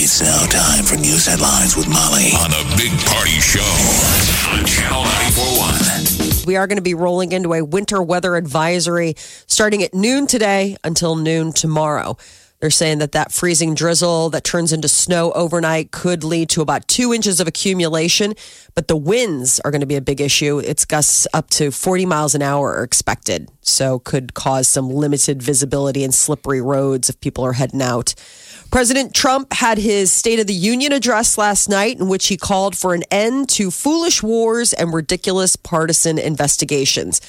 It's now time for news headlines with Molly on a big party show on Channel 941. We are going to be rolling into a winter weather advisory starting at noon today until noon tomorrow. They're saying that that freezing drizzle that turns into snow overnight could lead to about two inches of accumulation, but the winds are going to be a big issue. It's gusts up to 40 miles an hour are expected, so could cause some limited visibility and slippery roads if people are heading out. President Trump had his State of the Union address last night, in which he called for an end to foolish wars and ridiculous partisan investigations.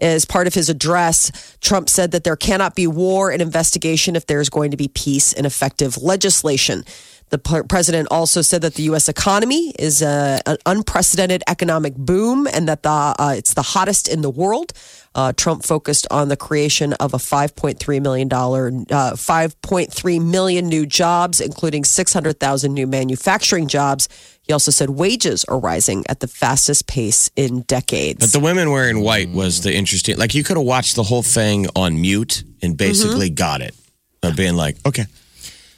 As part of his address, Trump said that there cannot be war and investigation if there's going to be peace and effective legislation. The p- president also said that the U.S. economy is uh an unprecedented economic boom and that the, uh, it's the hottest in the world. Uh, Trump focused on the creation of a 5.3 million dollar, uh, 5.3 million new jobs, including 600,000 new manufacturing jobs. He also said wages are rising at the fastest pace in decades. But the women wearing white was the interesting. Like you could have watched the whole thing on mute and basically Mm-hmm. got it by being like, okay,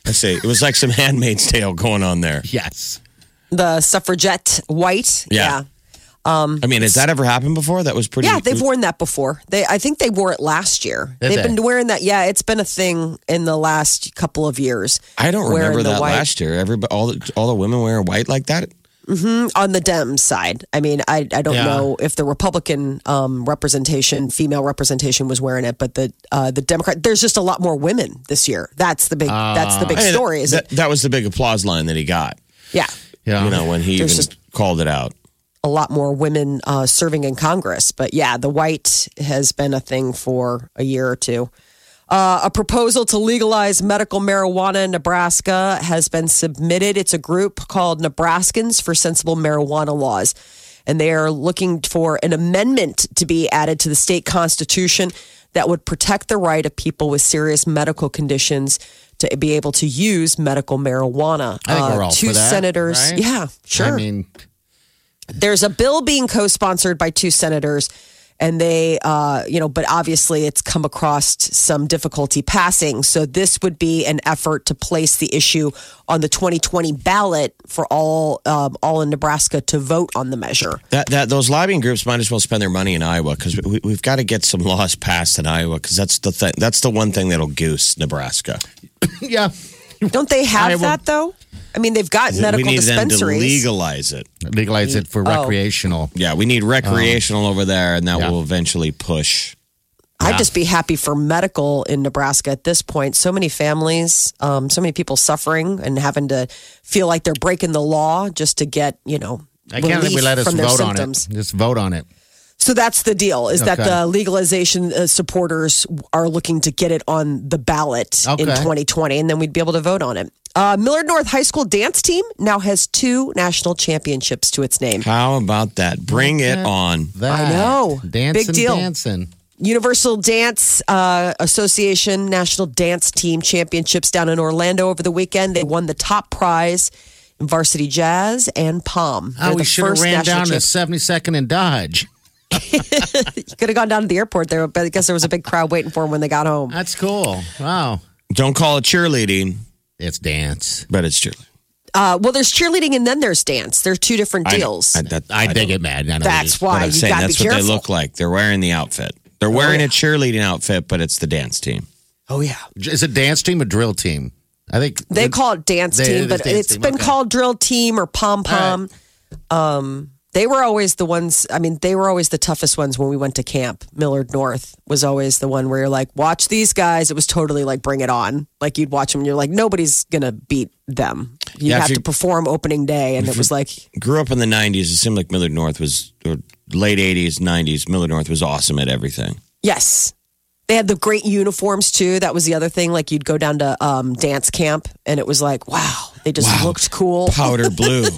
let's see. It was like some Handmaid's Tale going on there. Yes. The suffragette white. Yeah. I mean, has that ever happened before? That was pretty. Yeah, they've worn that before. They, I think they wore it last year. Did they've they? been wearing that. Yeah, it's been a thing in the last couple of years. I don't Wearing remember the that white. last year. Everybody, all the, all the women wearing white like that. on the Dem side. I mean, I, I don't Yeah. know if the Republican um, representation, female representation, was wearing it, but the uh, the Democrat. There's just a lot more women this year. That's the big. that's the big Ah. I mean, story. Is that, it? that was the big applause line that he got. Yeah, Yeah. You know, when he even There's called it out. a lot more women uh, serving in Congress. But yeah, the white has been a thing for a year or two. Uh, a proposal to legalize medical marijuana in Nebraska has been submitted. It's a group called Nebraskans for Sensible Marijuana Laws, and they are looking for an amendment to be added to the state constitution that would protect the right of people with serious medical conditions to be able to use medical marijuana. I think Uh, we're all two for that, senators, right? yeah, sure I mean, there's a bill being co-sponsored by two senators and they uh, you know but obviously it's come across some difficulty passing so this would be an effort to place the issue on the 2020 ballot for all um, all in nebraska to vote on the measure That, that those lobbying groups might as well spend their money in Iowa because we, we've got to get some laws passed in Iowa because that's the thing. That's the one thing that'll goose Nebraska. yeah. don't they have I will- that though i mean they've got medical we need them to dispensaries legalize it. Legalize it for recreational. Yeah, we need recreational over there, and that Yeah. will eventually push. I'd just be happy for medical in Nebraska at this point. So many families, um, so many people suffering and having to feel like they're breaking the law just to get, you know, I can't relief believe we let us from their vote on it. symptoms. Just vote on it. So that's the deal is that Okay. the legalization uh, supporters are looking to get it on the ballot in Okay. 2020, and then we'd be able to vote on it. Uh, Millard North High School dance team now has two national championships to its name. How about that? Bring it on. That. I know. Dancing, Big deal. dancing. Universal Dance uh, Association National Dance Team Championships down in Orlando over the weekend. They won the top prize in varsity jazz and palm. Oh, They're we the should have first ran national down to champ- 72nd and Dodge. You could have gone down to the airport there, but I guess there was a big crowd waiting for them when they got home. That's cool. Wow. Don't call it cheerleading, It's dance. but it's cheerleading. Uh, well, there's cheerleading and then there's dance. They're two different I- deals. I, that, I, I dig don't- it, man. I know That's it is. why But I'm you saying got to be that's what careful. they look like. They're wearing the outfit. They're wearing a cheerleading outfit, but it's the dance team. oh yeah, Is it dance team or drill team? I think they call it dance They- team, it is but dance it's team, been okay. called drill team or pom pom. Um, they were always the ones. I mean, they were always the toughest ones when we went to camp. Millard North was always the one where you're like, watch these guys. It was totally like, bring it on. Like you'd watch them, and you're like, nobody's gonna beat them. You Yeah, if have you- to perform opening day, and it was like, Grew up in the 90s. It seemed like Millard North was, or late 80s, 90s. Millard North was awesome at everything. yes, They had the great uniforms too. That was the other thing. Like you'd go down to um, dance camp, and it was like, wow, they just Wow. looked cool. Powder blue.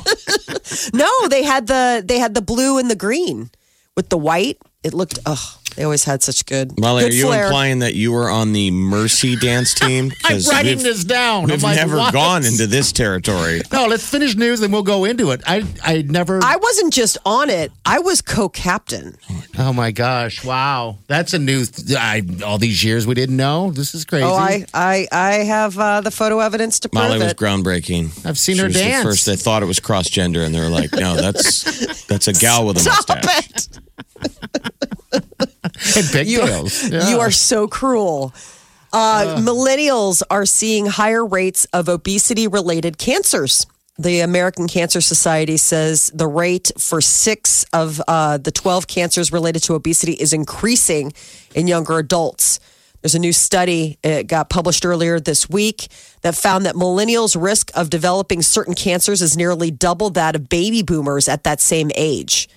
No, they had the they had the blue and the green with the white. It looked. Oh, they always had such good. Molly, good are you flair. implying that you were on the Mercy dance team? I'm 'Cause writing we've- this down. We've I'm like, never what? gone into this territory. No, let's finish news, then we'll go into it. I I never. I wasn't just on it. I was co-captain. oh my gosh! Wow, that's a new. Th- I all these years we didn't know. This is crazy. Oh, I I I have uh, the photo evidence to prove Molly was it. groundbreaking. I've seen She her was the dance. first, they thought it was cross gender, and they were like, "No, that's that's a gal with a Stop mustache." it! And pigtails. Yeah. You are so cruel. Uh, millennials are seeing higher rates of obesity related cancers. The American Cancer Society says the rate for six of uh, the 12 cancers related to obesity is increasing in younger adults. There's a new study, it got published earlier this week, that found that millennials' risk of developing certain cancers is nearly double that of baby boomers at that same age.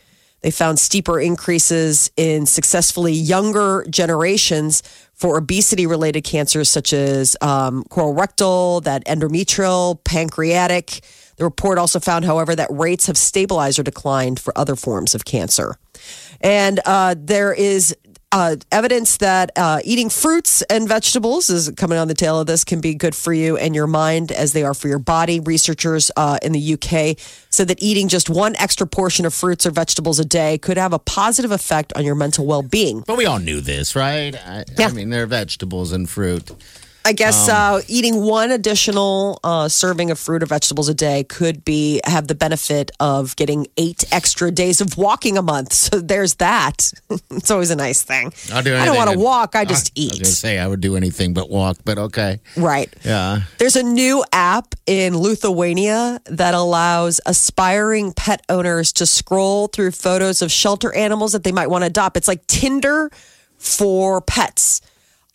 They found steeper increases in successfully younger generations for obesity related cancers such as um, colorectal, that endometrial, pancreatic. The report also found, however, that rates have stabilized or declined for other forms of cancer. And uh, there is uh, evidence that uh, eating fruits and vegetables is coming on the tail of this can be good for you and your mind as they are for your body. Researchers uh, in the UK said that eating just one extra portion of fruits or vegetables a day could have a positive effect on your mental well being. But we all knew this, right? I, Yeah. I mean, they're vegetables and fruit. I guess Um. uh, eating one additional uh, serving of fruit or vegetables a day could be have the benefit of getting eight extra days of walking a month. So there's that. it's always a nice thing. I'll do I don't anything want to to- walk. I just I was eat. gonna say I would do anything but walk, but okay. Right. Yeah. There's a new app in Lithuania that allows aspiring pet owners to scroll through photos of shelter animals that they might want to adopt. It's like Tinder for pets.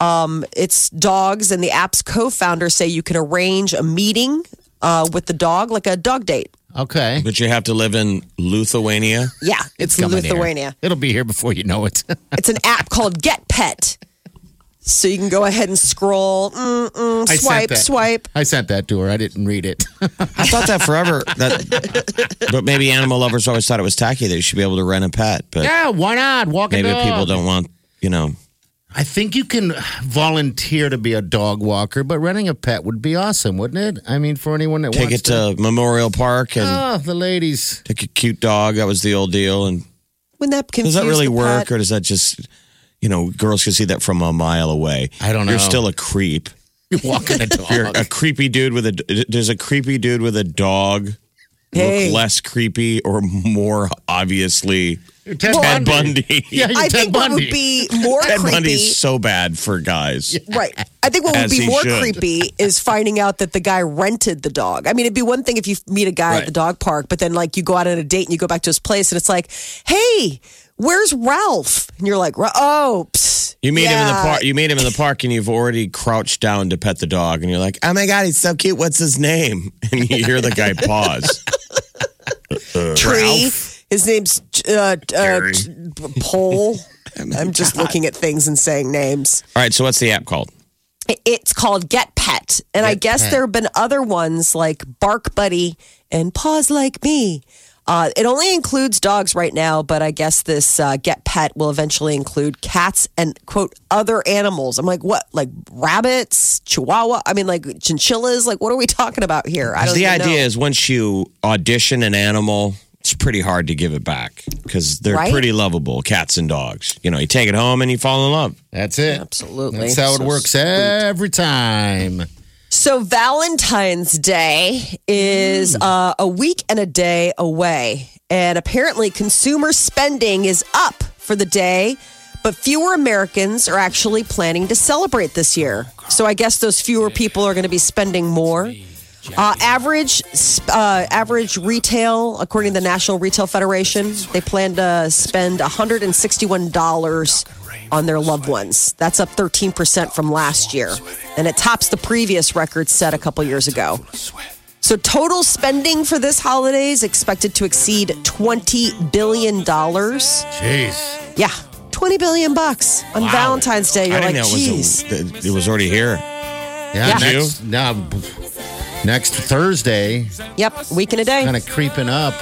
Um, it's dogs, and the app's co founder say you can arrange a meeting uh, with the dog, like a dog date. Okay. But you have to live in Lithuania. Yeah, it's, coming here. Lithuania. It'll be here before you know it. It's an app called Get Pet. So you can go ahead and scroll, mm-mm, I sent swipe, that- swipe. I sent that to her. I didn't read it. I thought that forever. That, but maybe animal lovers always thought it was tacky that you should be able to rent a pet. But yeah, why not? Walk a maybe dog. people don't want you know. I think you can volunteer to be a dog walker, but renting a pet would be awesome, wouldn't it? I mean, for anyone that Take wants it to Memorial Park and Oh, the ladies. take a cute dog. That was the old deal. And Wouldn't that confuse does that really the work, pet? or does that just you know girls can see that from a mile away? I don't You're know. still a creep. You're walking a You're Uh-huh. dog. a creepy dude with a. Does a creepy dude with a dog Hey. look less creepy or more obviously You're Ted Ted Bundy? Yeah, you're I Ted think Bundy. what would be more Ted creepy. Bundy's so bad for guys. Right. I think what would As be he more should. creepy is finding out that the guy rented the dog. I mean, it'd be one thing if you meet a guy at Right. the dog park, but then like you go out on a date and you go back to his place and it's like, hey, where's Ralph? And you're like, "Ra- oh, psst, You meet him in the yeah." park. You meet him in the park, and you've already crouched down to pet the dog, and you're like, "Oh my god, he's so cute! What's his name?" And you hear the guy pause. Tree. His name's uh, uh, Gary. Oh t- Pole. I'm just looking at things and saying names. All right, so what's the app called? It's called Get Pet. And I guess there have been other ones like Bark Buddy and Paws Like Me. Uh, it only includes dogs right now, but I guess this uh, Get Pet will eventually include cats and, quote, other animals. I'm like, what? Like rabbits, chihuahua? I mean, like chinchillas? Like, what are we talking about here? I don't The even idea know. is once you audition an animal, it's pretty hard to give it back because they're Right? pretty lovable cats and dogs. You know, you take it home and you fall in love. That's it. Absolutely. That's how it So works every time. So Valentine's Day is uh, a week and a day away, and apparently consumer spending is up for the day, but fewer Americans are actually planning to celebrate this year. So I guess those fewer people are going to be spending more. Uh, average sp- uh, average retail, according to the National Retail Federation, they plan to spend $161 on their loved ones. That's up 13% from last year, and it tops the previous record set a couple years ago. So total spending for this holiday is expected to exceed $20 billion. Jeez. Yeah, 20 billion bucks on Valentine's Day. You're I like, didn't know it was, jeez. a, that it was already here. Yeah, Yeah. Next, no, b- next Thursday, Yep, week in a day. kind of creeping up,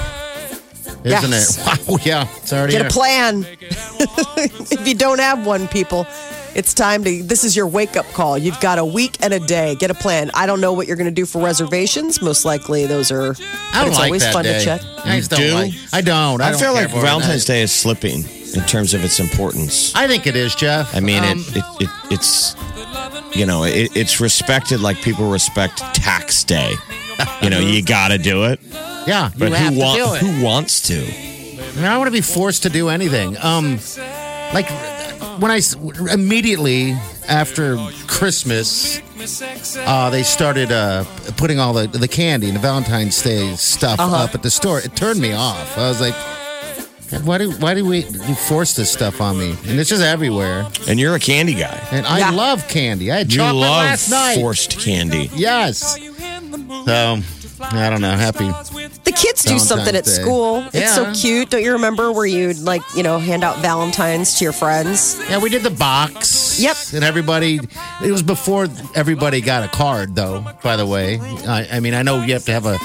isn't Yes. it? Wow, yeah, it's already Get a here. plan. if you don't have one, people, it's time to. This is your wake up call. You've got a week and a day. Get a plan. I don't know what you're going to do for reservations. Most likely, those are. I but don't it's like always that fun day. to check. I just don't do? like. I don't. I, I, don't feel care like for it. Valentine's Day is slipping in terms of its importance. I think it is, Jeff. I mean, Um, it, it, it it's you know it, it's respected like people respect tax day. You know, you got to do it, yeah, you but have who to do wants it. who wants to? I don't want to be forced to do anything. Um, like when I s- immediately after Christmas, uh, they started uh, putting all the the candy and the Valentine's Day stuff up at the store. It turned me off. I was like. "God, Why do why do we you force this stuff on me? And it's just everywhere. And you're a candy guy. And I Yeah. love candy. I had You chocolate love last night. forced candy. Yes. So Uh, Um, I don't know. Happy. The kids do Valentine's something at Day. school. It's so Yeah. cute. Don't you remember where you'd like, you know, hand out Valentines to your friends? Yeah, we did the box. Yep. And everybody, it was before everybody got a card, though. By the way, I, I mean I know you have to have a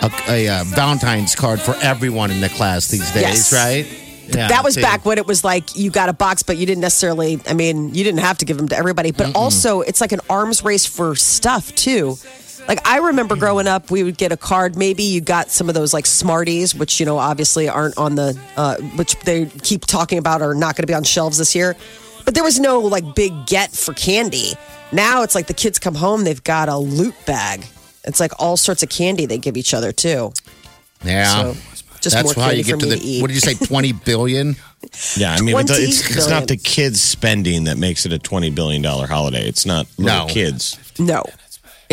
a, a, uh Valentine's card for everyone in the class these days, Yes. right? Yeah, that was see. back when it was like you got a box, but you didn't necessarily. I mean, you didn't have to give them to everybody. But also, it's like an arms race for stuff too. Like I remember growing up, we would get a card. Maybe you got some of those like Smarties, which you know obviously aren't on the, uh, which they keep talking about are not going to be on shelves this year. But there was no like big get for candy. Now it's like the kids come home, they've got a loot bag. It's like all sorts of candy they give each other too. Yeah. So just That's more how candy you get for to me the. to eat. What did you say? Twenty billion. Yeah, I mean, but the, 20 it's, it's billion. not the kids spending that makes it a twenty billion dollar holiday. It's not little No. kids. No,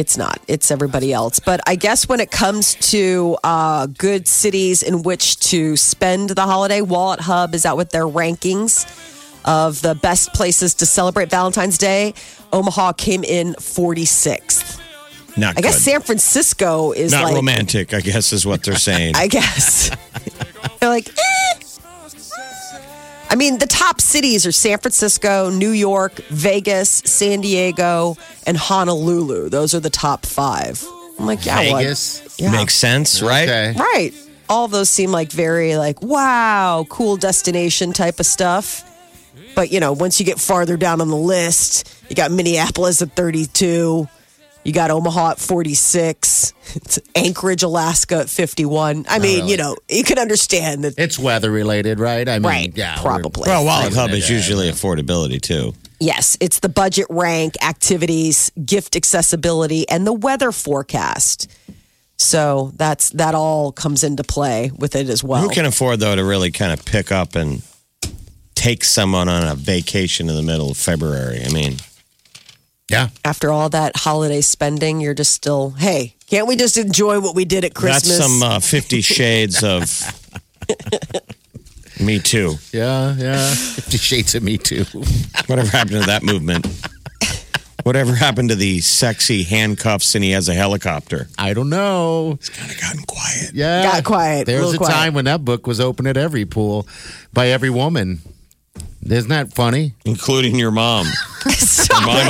it's not. It's everybody else. But I guess when it comes to uh, good cities in which to spend the holiday, Wallet Hub is out with their rankings of the best places to celebrate Valentine's Day. Omaha came in 46th. Not I guess good. San Francisco is not like, romantic. I guess is what they're saying. I guess. They're like, eh. I mean, the top cities are San Francisco, New York, Vegas, San Diego, and Honolulu. Those are the top five. I'm like, yeah, well, I- Vegas. yeah. Makes sense, right? Okay. right. All those seem like very like wow, cool destination type of stuff. But you know, once you get farther down on the list, you got Minneapolis at 32, you got Omaha at 46, it's Anchorage, Alaska at 51. I mean, you know, you can understand that. It's weather related, right? I mean, Right, Yeah. we're- probably. Well, Wallet Freezing Hub it, is yeah, usually affordability too. Yes, it's the budget rank, activities, gift accessibility, and the weather forecast. So that's that all comes into play with it as well. Oh. Who can afford though to really kind of pick up and take someone on a vacation in the middle of February? I mean, Yeah. after all that holiday spending, you're just still, hey, can't we just enjoy what we did at Christmas? that's some uh, Fifty Shades of Me Too. Yeah. Yeah. Fifty Shades of Me Too. Whatever happened to that movement? Whatever happened to the sexy handcuffs and he has a helicopter? I don't know. Kind of gotten quiet. Yeah. Got quiet, There was a real quiet. time when that book was open at every pool by every woman. Isn't that funny? including your mom, Stop my it.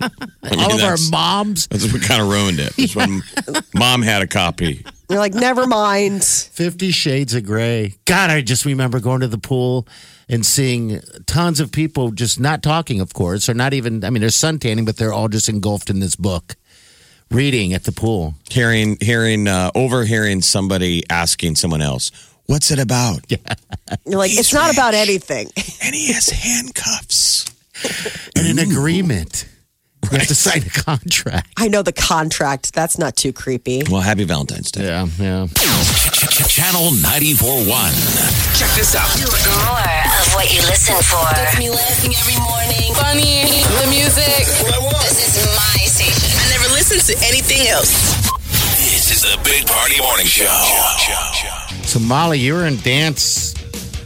mom. I mean, All of our that's- moms. That's what kind of ruined it. That's when mom had a copy. You're like, never mind. Fifty Shades of Grey. God, I just remember going to the pool and seeing tons of people just not talking, of course, or not even, I mean, they're sun tanning, but they're all just engulfed in this book, reading at the pool. hearing hearing uh, overhearing somebody asking someone else what's it about You're like, it's not about anything. and he has handcuffs And an agreement. You have to sign a contract. I know the contract. That's not too creepy. well happy valentine's day Yeah, yeah. Channel 94.1. Check this out. More of what you listen for. Gets me laughing every morning. Funny. The music. This is my station. I never listen to anything else. This is the Big Party Morning Show. So, Molly, you were in dance,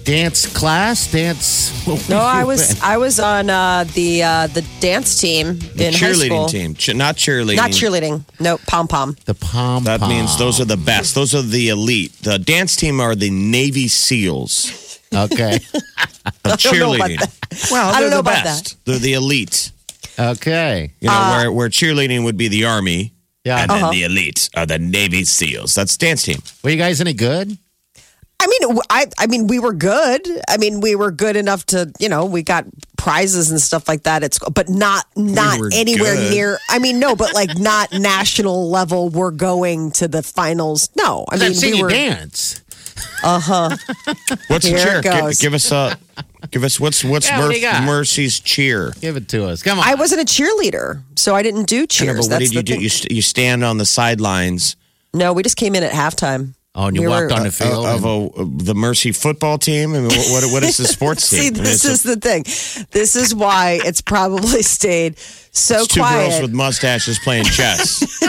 dance class, dance. what were No, you I in? was I was on uh, the uh, the dance team the in high cheerleading school. team Oh, Ch- not cheerleading Not cheerleading. Nope, pom pom. The pom that means those are the best those are the elite the dance team are the navy seals Okay. Of don't know about cheerleading. Well, I they're don't know the about Ah. best. They're the elite. okay. You know, where, where cheerleading would be the army. Yeah. And Uh-huh. then the elite are the Navy SEALs. That's dance team. Were you guys any good? I mean, w- I, I mean, we were good. I mean, we were good enough to, you know, we got prizes and stuff like that. It's but not not were anywhere good. near. I mean, no, but like not national level. We're going to the finals. No, I 'Cause mean, I've seen we you were. dance. What's Here a cheer? it Gi- goes. Give, us a. Give us what's what's Yeah, what do you Mur- got? Mercy's cheer? Give it to us. Come on. I wasn't a cheerleader, so I didn't do I know, cheers. but what That's did you the do? thing. You, st- you stand on the sidelines no, we just came in at halftime. oh, and you we walked were- uh, on the of, field. of a, of the Mercy football team. I mean, what, what, what is the sports team? See, I mean, this it's a- is the thing. This is why it's probably stayed so It's two quiet. girls with mustaches playing chess.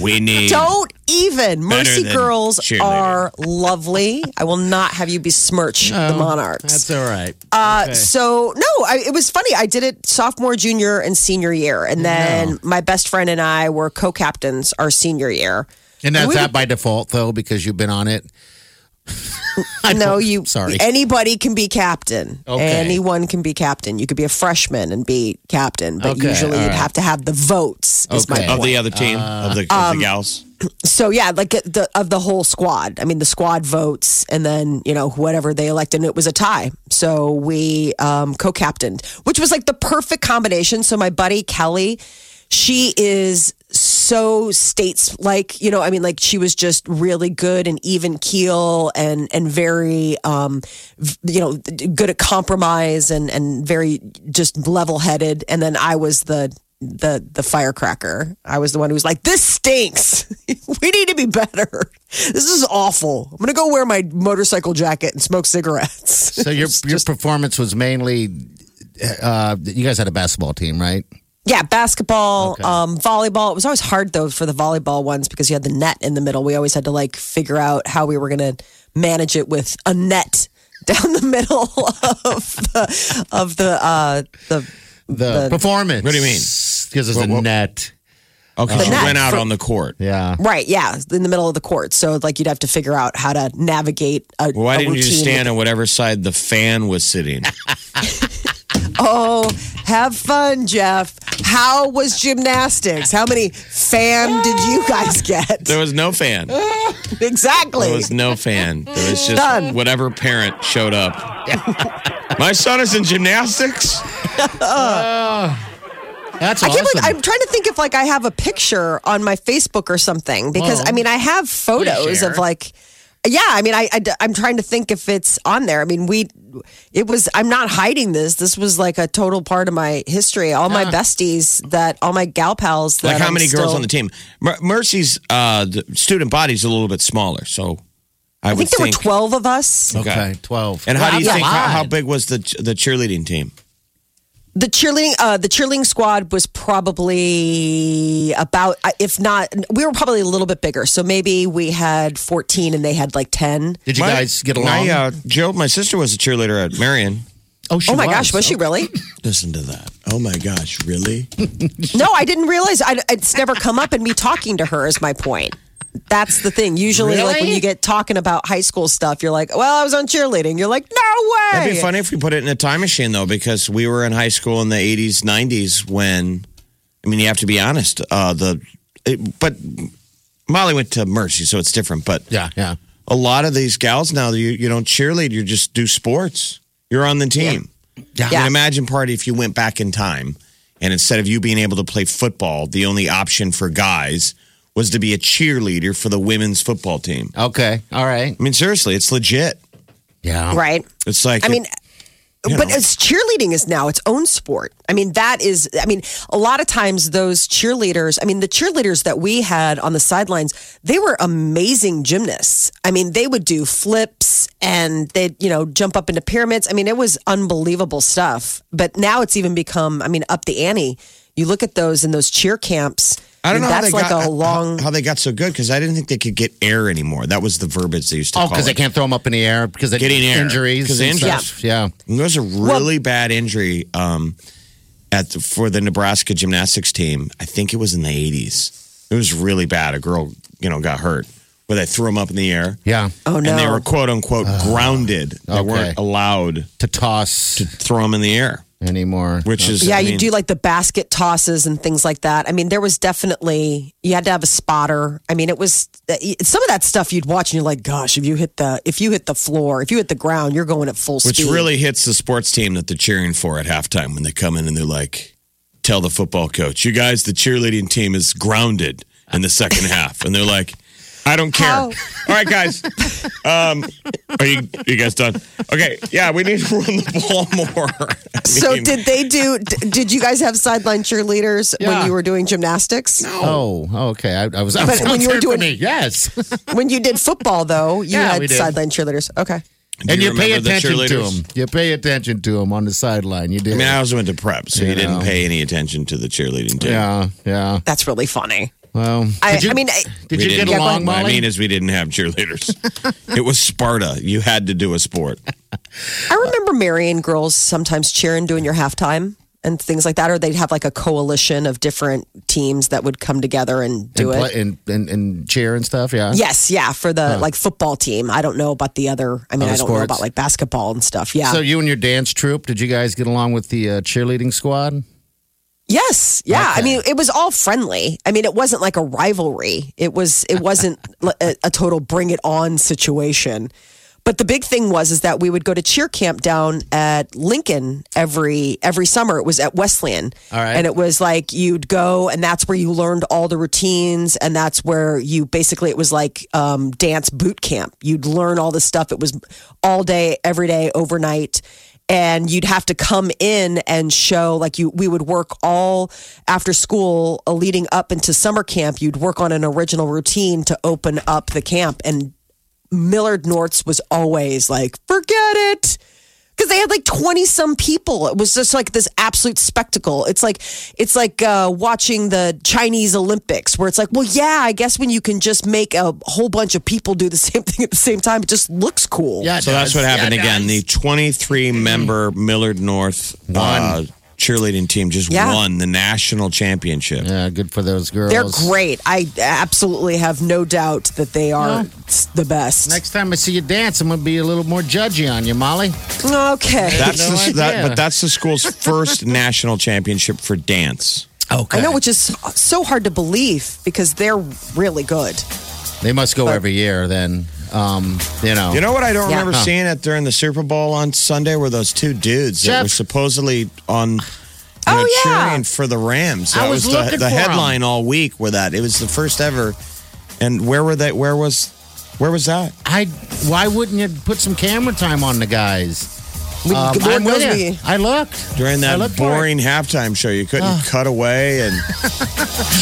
we need. Don't even. Mercy than girls cheerleader. are lovely. I will not have you besmirch the monarchs. That's all right. Uh, So no, I, it was funny. I did it sophomore, junior, and senior year, and then my best friend and I were co-captains our senior year. and that's we- that by default, though, because you've been on it. I no, don't- you Oh, Sorry. Anybody can be captain. Okay. Anyone can be captain. You could be a freshman and be captain, but Okay, usually all you'd right. have to have the votes. Is my Okay. point. Of the other team, of, the, of um, the gals. So yeah, like uh, the of the whole squad. I mean, the squad votes, and then you know whatever they elect, and it was a tie. So we um, co-captained, which was like the perfect combination. So my buddy Kelly, she is so states like you know i mean like she was just really good and even keel and and very um v- you know good at compromise and and very just level-headed and then i was the the the firecracker. I was the one who was like, "This stinks. we need to be better. This is awful. I'm gonna go wear my motorcycle jacket and smoke cigarettes." So your your performance was mainly. Uh, you guys had a basketball team, right? yeah, basketball, um, volleyball. It was always hard though for the volleyball ones because you had the net in the middle. We always had to like figure out how we were gonna manage it with a net down the middle of the of the uh, the The, performance. What do you mean? Because it's What- a what- net. Okay, The she net went out for- on the court. Yeah. right. Yeah, in the middle of the court. So like you'd have to figure out how to navigate a. Well, why a didn't you routine with stand on whatever side the fan was sitting? Oh, have fun, Jeff. How was gymnastics? How many fan did you guys get? There was no fan. There Exactly. was no fan. There was just None. whatever parent showed up. My son is in gymnastics. That's I awesome. can't believe I'm trying to think if like I have a picture on my Facebook or something because I mean I have photos share. of like yeah I mean I, I am trying to think if it's on there I mean we it was I'm not hiding this this was like a total part of my history all my besties that all my gal pals that Like how I'm many girls still- on the team? Mer- Mercy's uh, the student body's a little bit smaller, so I, I would think there were 12 of us okay. Okay. twelve. And how do you That's a think? How, lot. how big was the the cheerleading team? The cheerleading, uh, the cheerleading squad was probably about, uh, if not, we were probably a little bit bigger. So maybe we had 14 and they had like 10. Did you My- guys get along? My, uh, Joe, my sister was a cheerleader at Marion. oh, she oh my gosh, was she really? Listen to that. Oh my gosh, really? no, I didn't realize. I, it's never come up in me talking to her, is my point. That's the thing. Usually, like when Really? you get talking about high school stuff, you're like, well, I was on cheerleading. You're like, no way. That'd be funny if we put it in a time machine though, because we were in high school in the '80s, '90s when, I mean, you have to be honest. Uh, the, it, but Molly went to Mercy, so it's different. But Yeah, yeah. a lot of these gals now, you you don't cheerlead, you just do sports. You're on the team. I mean, Yeah. imagine party if you went back in time and instead of you being able to play football, the only option for guys was to be a cheerleader for the women's football team. Okay. All right. I mean, seriously, it's legit. Yeah. Right. It's like I mean, you but know. it's cheerleading is now its own sport. I mean, that is, I mean, a lot of times those cheerleaders, I mean, the cheerleaders that we had on the sidelines, they were amazing gymnasts. I mean, they would do flips and they'd, you know, jump up into pyramids. I mean, it was unbelievable stuff. But now it's even become, I mean, up the ante. You look at those in those cheer camps. I don't mean, know how That's they like got, a long. how, how they got so good because I didn't think they could get air anymore. That was the verbiage they used to Oh, call because they it. can't throw them up in the air because they Getting air. injuries. 'Cause and injuries. stuff. Yeah. And There was a really bad injury um, at the, for the Nebraska gymnastics team. I think it was in the eighties. It was really bad. A girl, you know, got hurt. where they threw them up in the air. Yeah. Oh no! And they were quote unquote grounded. They okay. weren't allowed To toss to throw them in the air, anymore. which is yeah, I you mean, do like the basket tosses and things like that. I mean, there was definitely you had to have a spotter. I mean, it was some of that stuff you'd watch and you're like, gosh, if you hit the if you hit the floor, if you hit the ground, you're going at full Which speed. really hits the sports team that they're cheering for at halftime when they come in and they're like, tell the football coach, you guys, the cheerleading team is grounded in the second half. And they're like, I don't care. How- All right, guys. Um, are you are you guys done? Okay. Yeah, we need to run the ball more. I so mean, did they do? d- Did you guys have sideline cheerleaders when Yeah. you were doing gymnastics? Oh, okay. I, I was. I But was when you were there for doing- me. yes, When you did football, though, you Yeah, we had did. sideline cheerleaders. Okay, do and you, pay remember the attention to cheerleaders? them. You pay attention to them on the sideline. You did. I mean, I also went to prep, so you, You didn't know. pay any attention to the cheerleading team. yeah, yeah. that's really funny. Well, I, did you, I mean, I, did We you get didn't- Yeah, go along, What Molly? I mean is we didn't have cheerleaders. it was Sparta. You had to do a sport. I remember marrying girls sometimes cheering doing your halftime and things like that, or they'd have like a coalition of different teams that would come together and do and, it. play- and, and and cheer and stuff. Yeah. Yes, yeah, for the like football team. I don't know about the other. I mean, Other I don't know sports. about like basketball and stuff. Yeah. So you and your dance troupe, did you guys get along with the uh, cheerleading squad? yes, yeah. I Okay. mean, it was all friendly. I mean, it wasn't like a rivalry. It was. It wasn't li- a, a total bring it on situation. But the big thing was is that we would go to cheer camp down at Lincoln every every summer. It was at Wesleyan, All right. and it was like you'd go, and that's where you learned all the routines, and that's where you basically it was like um, dance boot camp. You'd learn all this stuff. It was all day, every day, overnight, and you'd have to come in and show like you. We would work all after school, uh, leading up into summer camp. You'd work on an original routine to open up the camp, and Millard Nortz was always like, forget it. Because they had like 20 some people. It was just like this absolute spectacle. It's like, it's like uh, watching the Chinese Olympics where it's like, well, yeah, I guess when you can just make a whole bunch of people do the same thing at the same time, it just looks cool. So that's what happened again. The 23 member Mm-hmm. Millard North uh, cheerleading team just Yeah. won the national championship. yeah, good for those girls. They're great. I absolutely have no doubt that they are the best. Next time I see you dance, I'm going to be a little more judgy on you, Molly. okay. That's No the, that, idea. but that's the school's first national championship for dance. Okay. I know, which is so hard to believe because they're really good. They must go every year then. Um, you know. You know what I don't Yeah. remember Huh. seeing it during the Super Bowl on Sunday were those two dudes that Jeff. were supposedly on you Oh, know, yeah. cheering for the Rams. That I was the, looking the for 'em. headline all week with that. It was the first ever. And where were they? Where was where was that? I why wouldn't you put some camera time on the guys? We, Um, Lord I'm with knows you. we- I looked During I that looked for it. boring halftime show, you couldn't cut away and I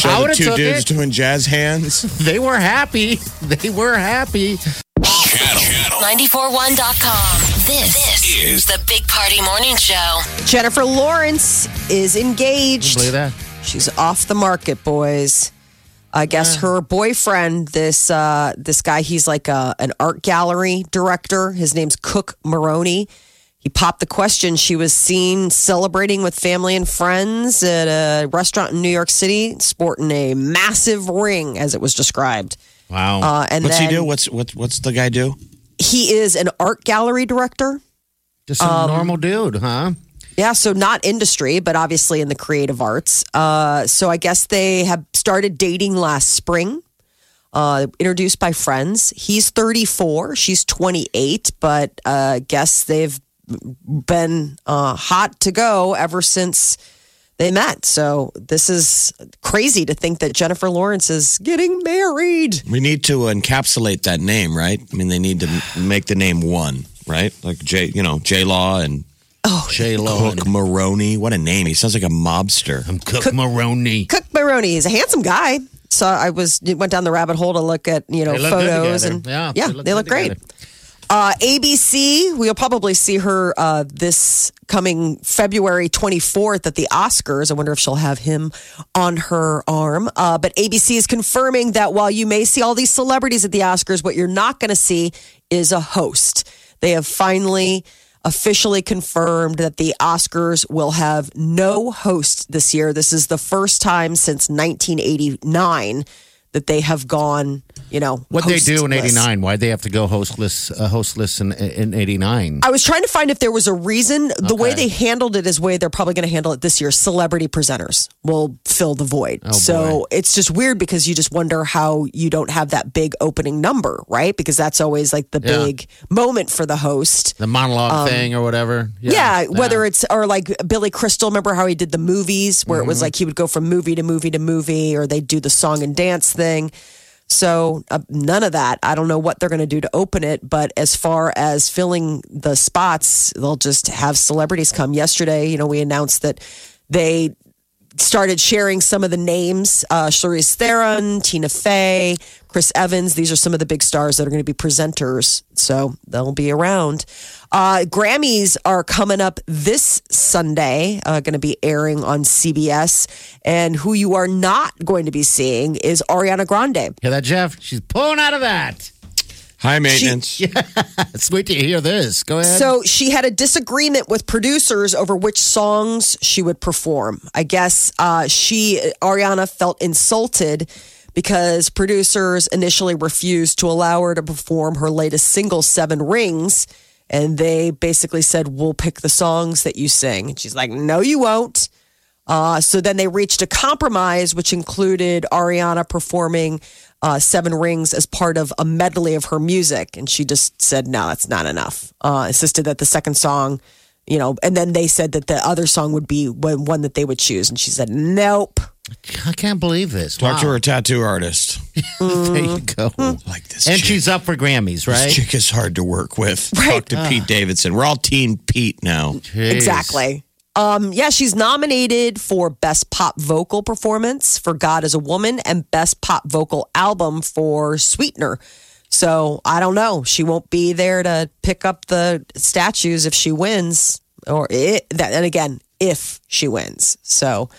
show the would've two Ah. took dudes it. doing jazz hands. They were happy. They were happy. Channel, channel 941.com. This, this is is the Big Party Morning Show. Jennifer Lawrence is engaged. Believe that? She's off the market, boys. I guess her boyfriend, this uh, this guy, he's like a, an art gallery director. His name's Cook Maroney. He popped the question. She was seen celebrating with family and friends at a restaurant in New York City, sporting a massive ring, as it was described. Wow. Uh, and What's then he do? What's what, what's the guy do? he is an art gallery director. Just a um, normal dude, huh? Yeah, so not industry, but obviously in the creative arts. Uh, so I guess they have started dating last spring, uh, introduced by friends. He's 34, she's 28, but uh, guess they've been uh, hot to go ever since they met. So this is crazy to think that Jennifer Lawrence is getting married. We need to encapsulate that name, right? I mean, they need to m- make the name one, right? Like J, you know, J Law and J Lo Oh, Cook Maroney. What a name! He sounds like a mobster. and Cook Maroney. Cook Maroney is a handsome guy. So I was went down the rabbit hole to look at you know They look good photos together. and Yeah, they look they look good great. Uh, ABC, we'll probably see her uh, this coming February 24th at the Oscars. I wonder if she'll have him on her arm. Uh, but ABC is confirming that while you may see all these celebrities at the Oscars, what you're not going to see is a host. They have finally officially confirmed that the Oscars will have no host this year. This is the first time since 1989 that they have gone you know, What they do in hostless. '89? Why'd they have to go hostless? Uh, hostless in in '89? I was trying to find if there was a reason. The way Mm. they Okay. handled it is way they're probably going to handle it this year. Celebrity presenters will fill the void. Oh, so it's just weird because you just wonder how you don't have that big opening number, right? Because that's always like the Yeah. big moment for the host. The monologue thing or whatever. Um, Yeah, whether it's or like Billy Crystal, remember how he did the movies where it was like he would go from movie to movie to movie, or they'd do the song and dance thing. So uh, none of that. I don't know what they're going to do to open it, but as far as filling the spots, they'll just have celebrities come. Yesterday, you know, we announced that they started sharing some of the names uh, Charlize Theron, Tina Fey, Chris Evans. These are some of the big stars that are going to be presenters. So they'll be around. Uh, Grammys are coming up this Sunday, uh, going to be airing on CBS. And who you are not going to be seeing is Ariana Grande. Hear that, Jeff? She's pulling out of that. High maintenance. It's sweet to hear this. Go ahead. So she had a disagreement with producers over which songs she would perform. I guess uh, she, Ariana, felt insulted because producers initially refused to allow her to perform her latest single, Seven Rings. And they basically said, We'll pick the songs that you sing. And she's like, No, you won't. Uh, so then they reached a compromise, which included Ariana performing uh, Seven Rings as part of a medley of her music. And she just said, no, that's not enough. Uh, insisted that the second song, you know, and then they said that the other song would be one one that they would choose. And she said, nope. I can't believe this. Talk to Wow. her tattoo artist. Mm-hmm. There you go. Like this. And chick. she's up for Grammys, This right? chick is hard to work with. Right. Talk to Pete Davidson. We're all Team Pete now. Jeez. Exactly. Um, yeah, she's nominated for Best Pop Vocal Performance for God is a Woman and Best Pop Vocal Album for Sweetener. So I don't know. She won't be there to pick up the statues if she wins, or it, that, and again, if she wins. So,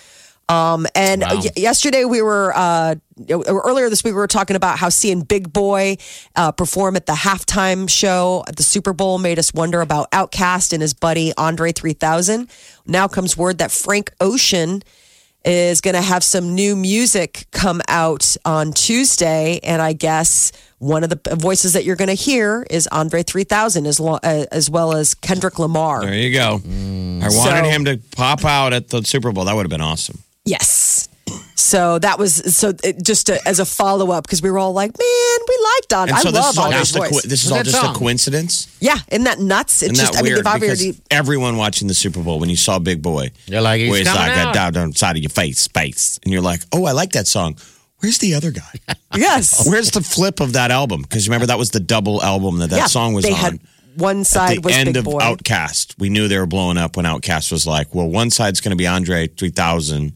um, and y- yesterday we were, uh, or earlier this week, we were talking about how seeing Big Boy uh, perform at the halftime show at the Super Bowl made us wonder about Outkast and his buddy Andre 3000. Now comes word that Frank Ocean is going to have some new music come out on Tuesday, and I guess one of the voices that you're going to hear is Andre 3000, as lo- uh, as well as Kendrick Lamar. There you go. I Mm. wanted So- him to pop out at the Super Bowl. That would have been awesome. Yes. So that was so it, just a, as a follow up because we were all like, man, we liked Don. And I so this love is all Andre's just a voice. co- this is What's all that just song? a coincidence. yeah, isn't that nuts? It's Isn't just that I mean, weird? they've already because everyone watching the Super Bowl, when you saw Big Boy, You're like, he's where it's coming like out. a dot on the side of your face, space, and you're like, oh, I like that song. Where's the other guy? yes, Where's the flip of that album? Because remember that was the double album that that yeah, song was they on. Had one At side the was end big of boy. Outcast, we knew they were blowing up when Outcast was like, well, one side's going to be Andre 3000,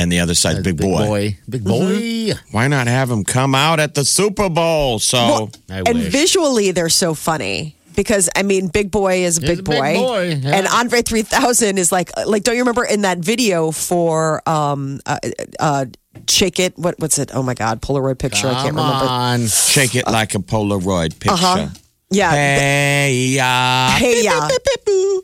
and the other side's Big, Uh, Big boy. Big boy. Mm-hmm. Why not have him come out at the Super Bowl? So Well, I and wish. visually, they're so funny because I mean, Big Boy is a He's big a big boy, boy, yeah. and Andre three thousand is like like don't you remember in that video for um uh, uh shake it what what's it oh my god Polaroid picture I can't Come remember on. shake Uh, it like a Polaroid picture. uh-huh. yeah Hey, uh, Hey, yeah.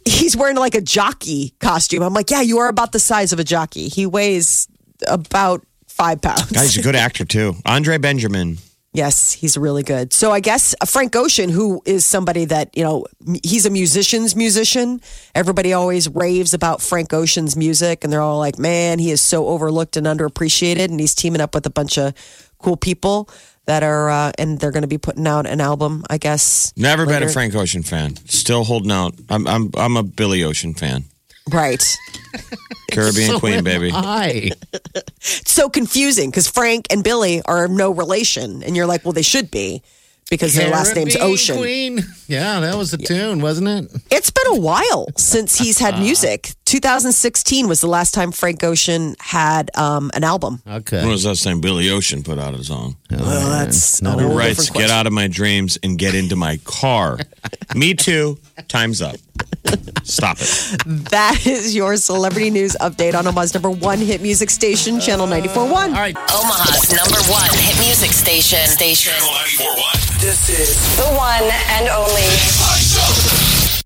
He's wearing like a jockey costume. I'm like, yeah, you are about the size of a jockey. He weighs about five pounds. God, he's a good actor too. Andre Benjamin. Yes, he's really good. So I guess uh, Frank Ocean, who is somebody that, you know, m- he's a musician's musician. Everybody always raves about Frank Ocean's music and they're all like, man, he is so overlooked and underappreciated. And he's teaming up with a bunch of cool people that are, uh, and they're going to be putting out an album, I guess. Never been a later. Frank Ocean fan. Still holding out. I'm I'm I'm a Billy Ocean fan. Right. Caribbean So Queen, am baby. I. so confusing because Frank and Billy are no relation, and you're like, well, they should be because their last name's Caribbean Ocean. Queen. Yeah, that was the tune, wasn't it? It's been a while since he's had music. 2016 was the last time Frank Ocean had um, an album. Okay. When was that saying Billy Ocean put out a song? Well, that's not a Who whole writes, different get out of my dreams and get into my car. Me too. Time's up. Stop it. question. That is your celebrity news update on Omaha's number one hit music station, Channel 94.1. Omaha's number one hit music station. Station. Channel 941. The one and only. A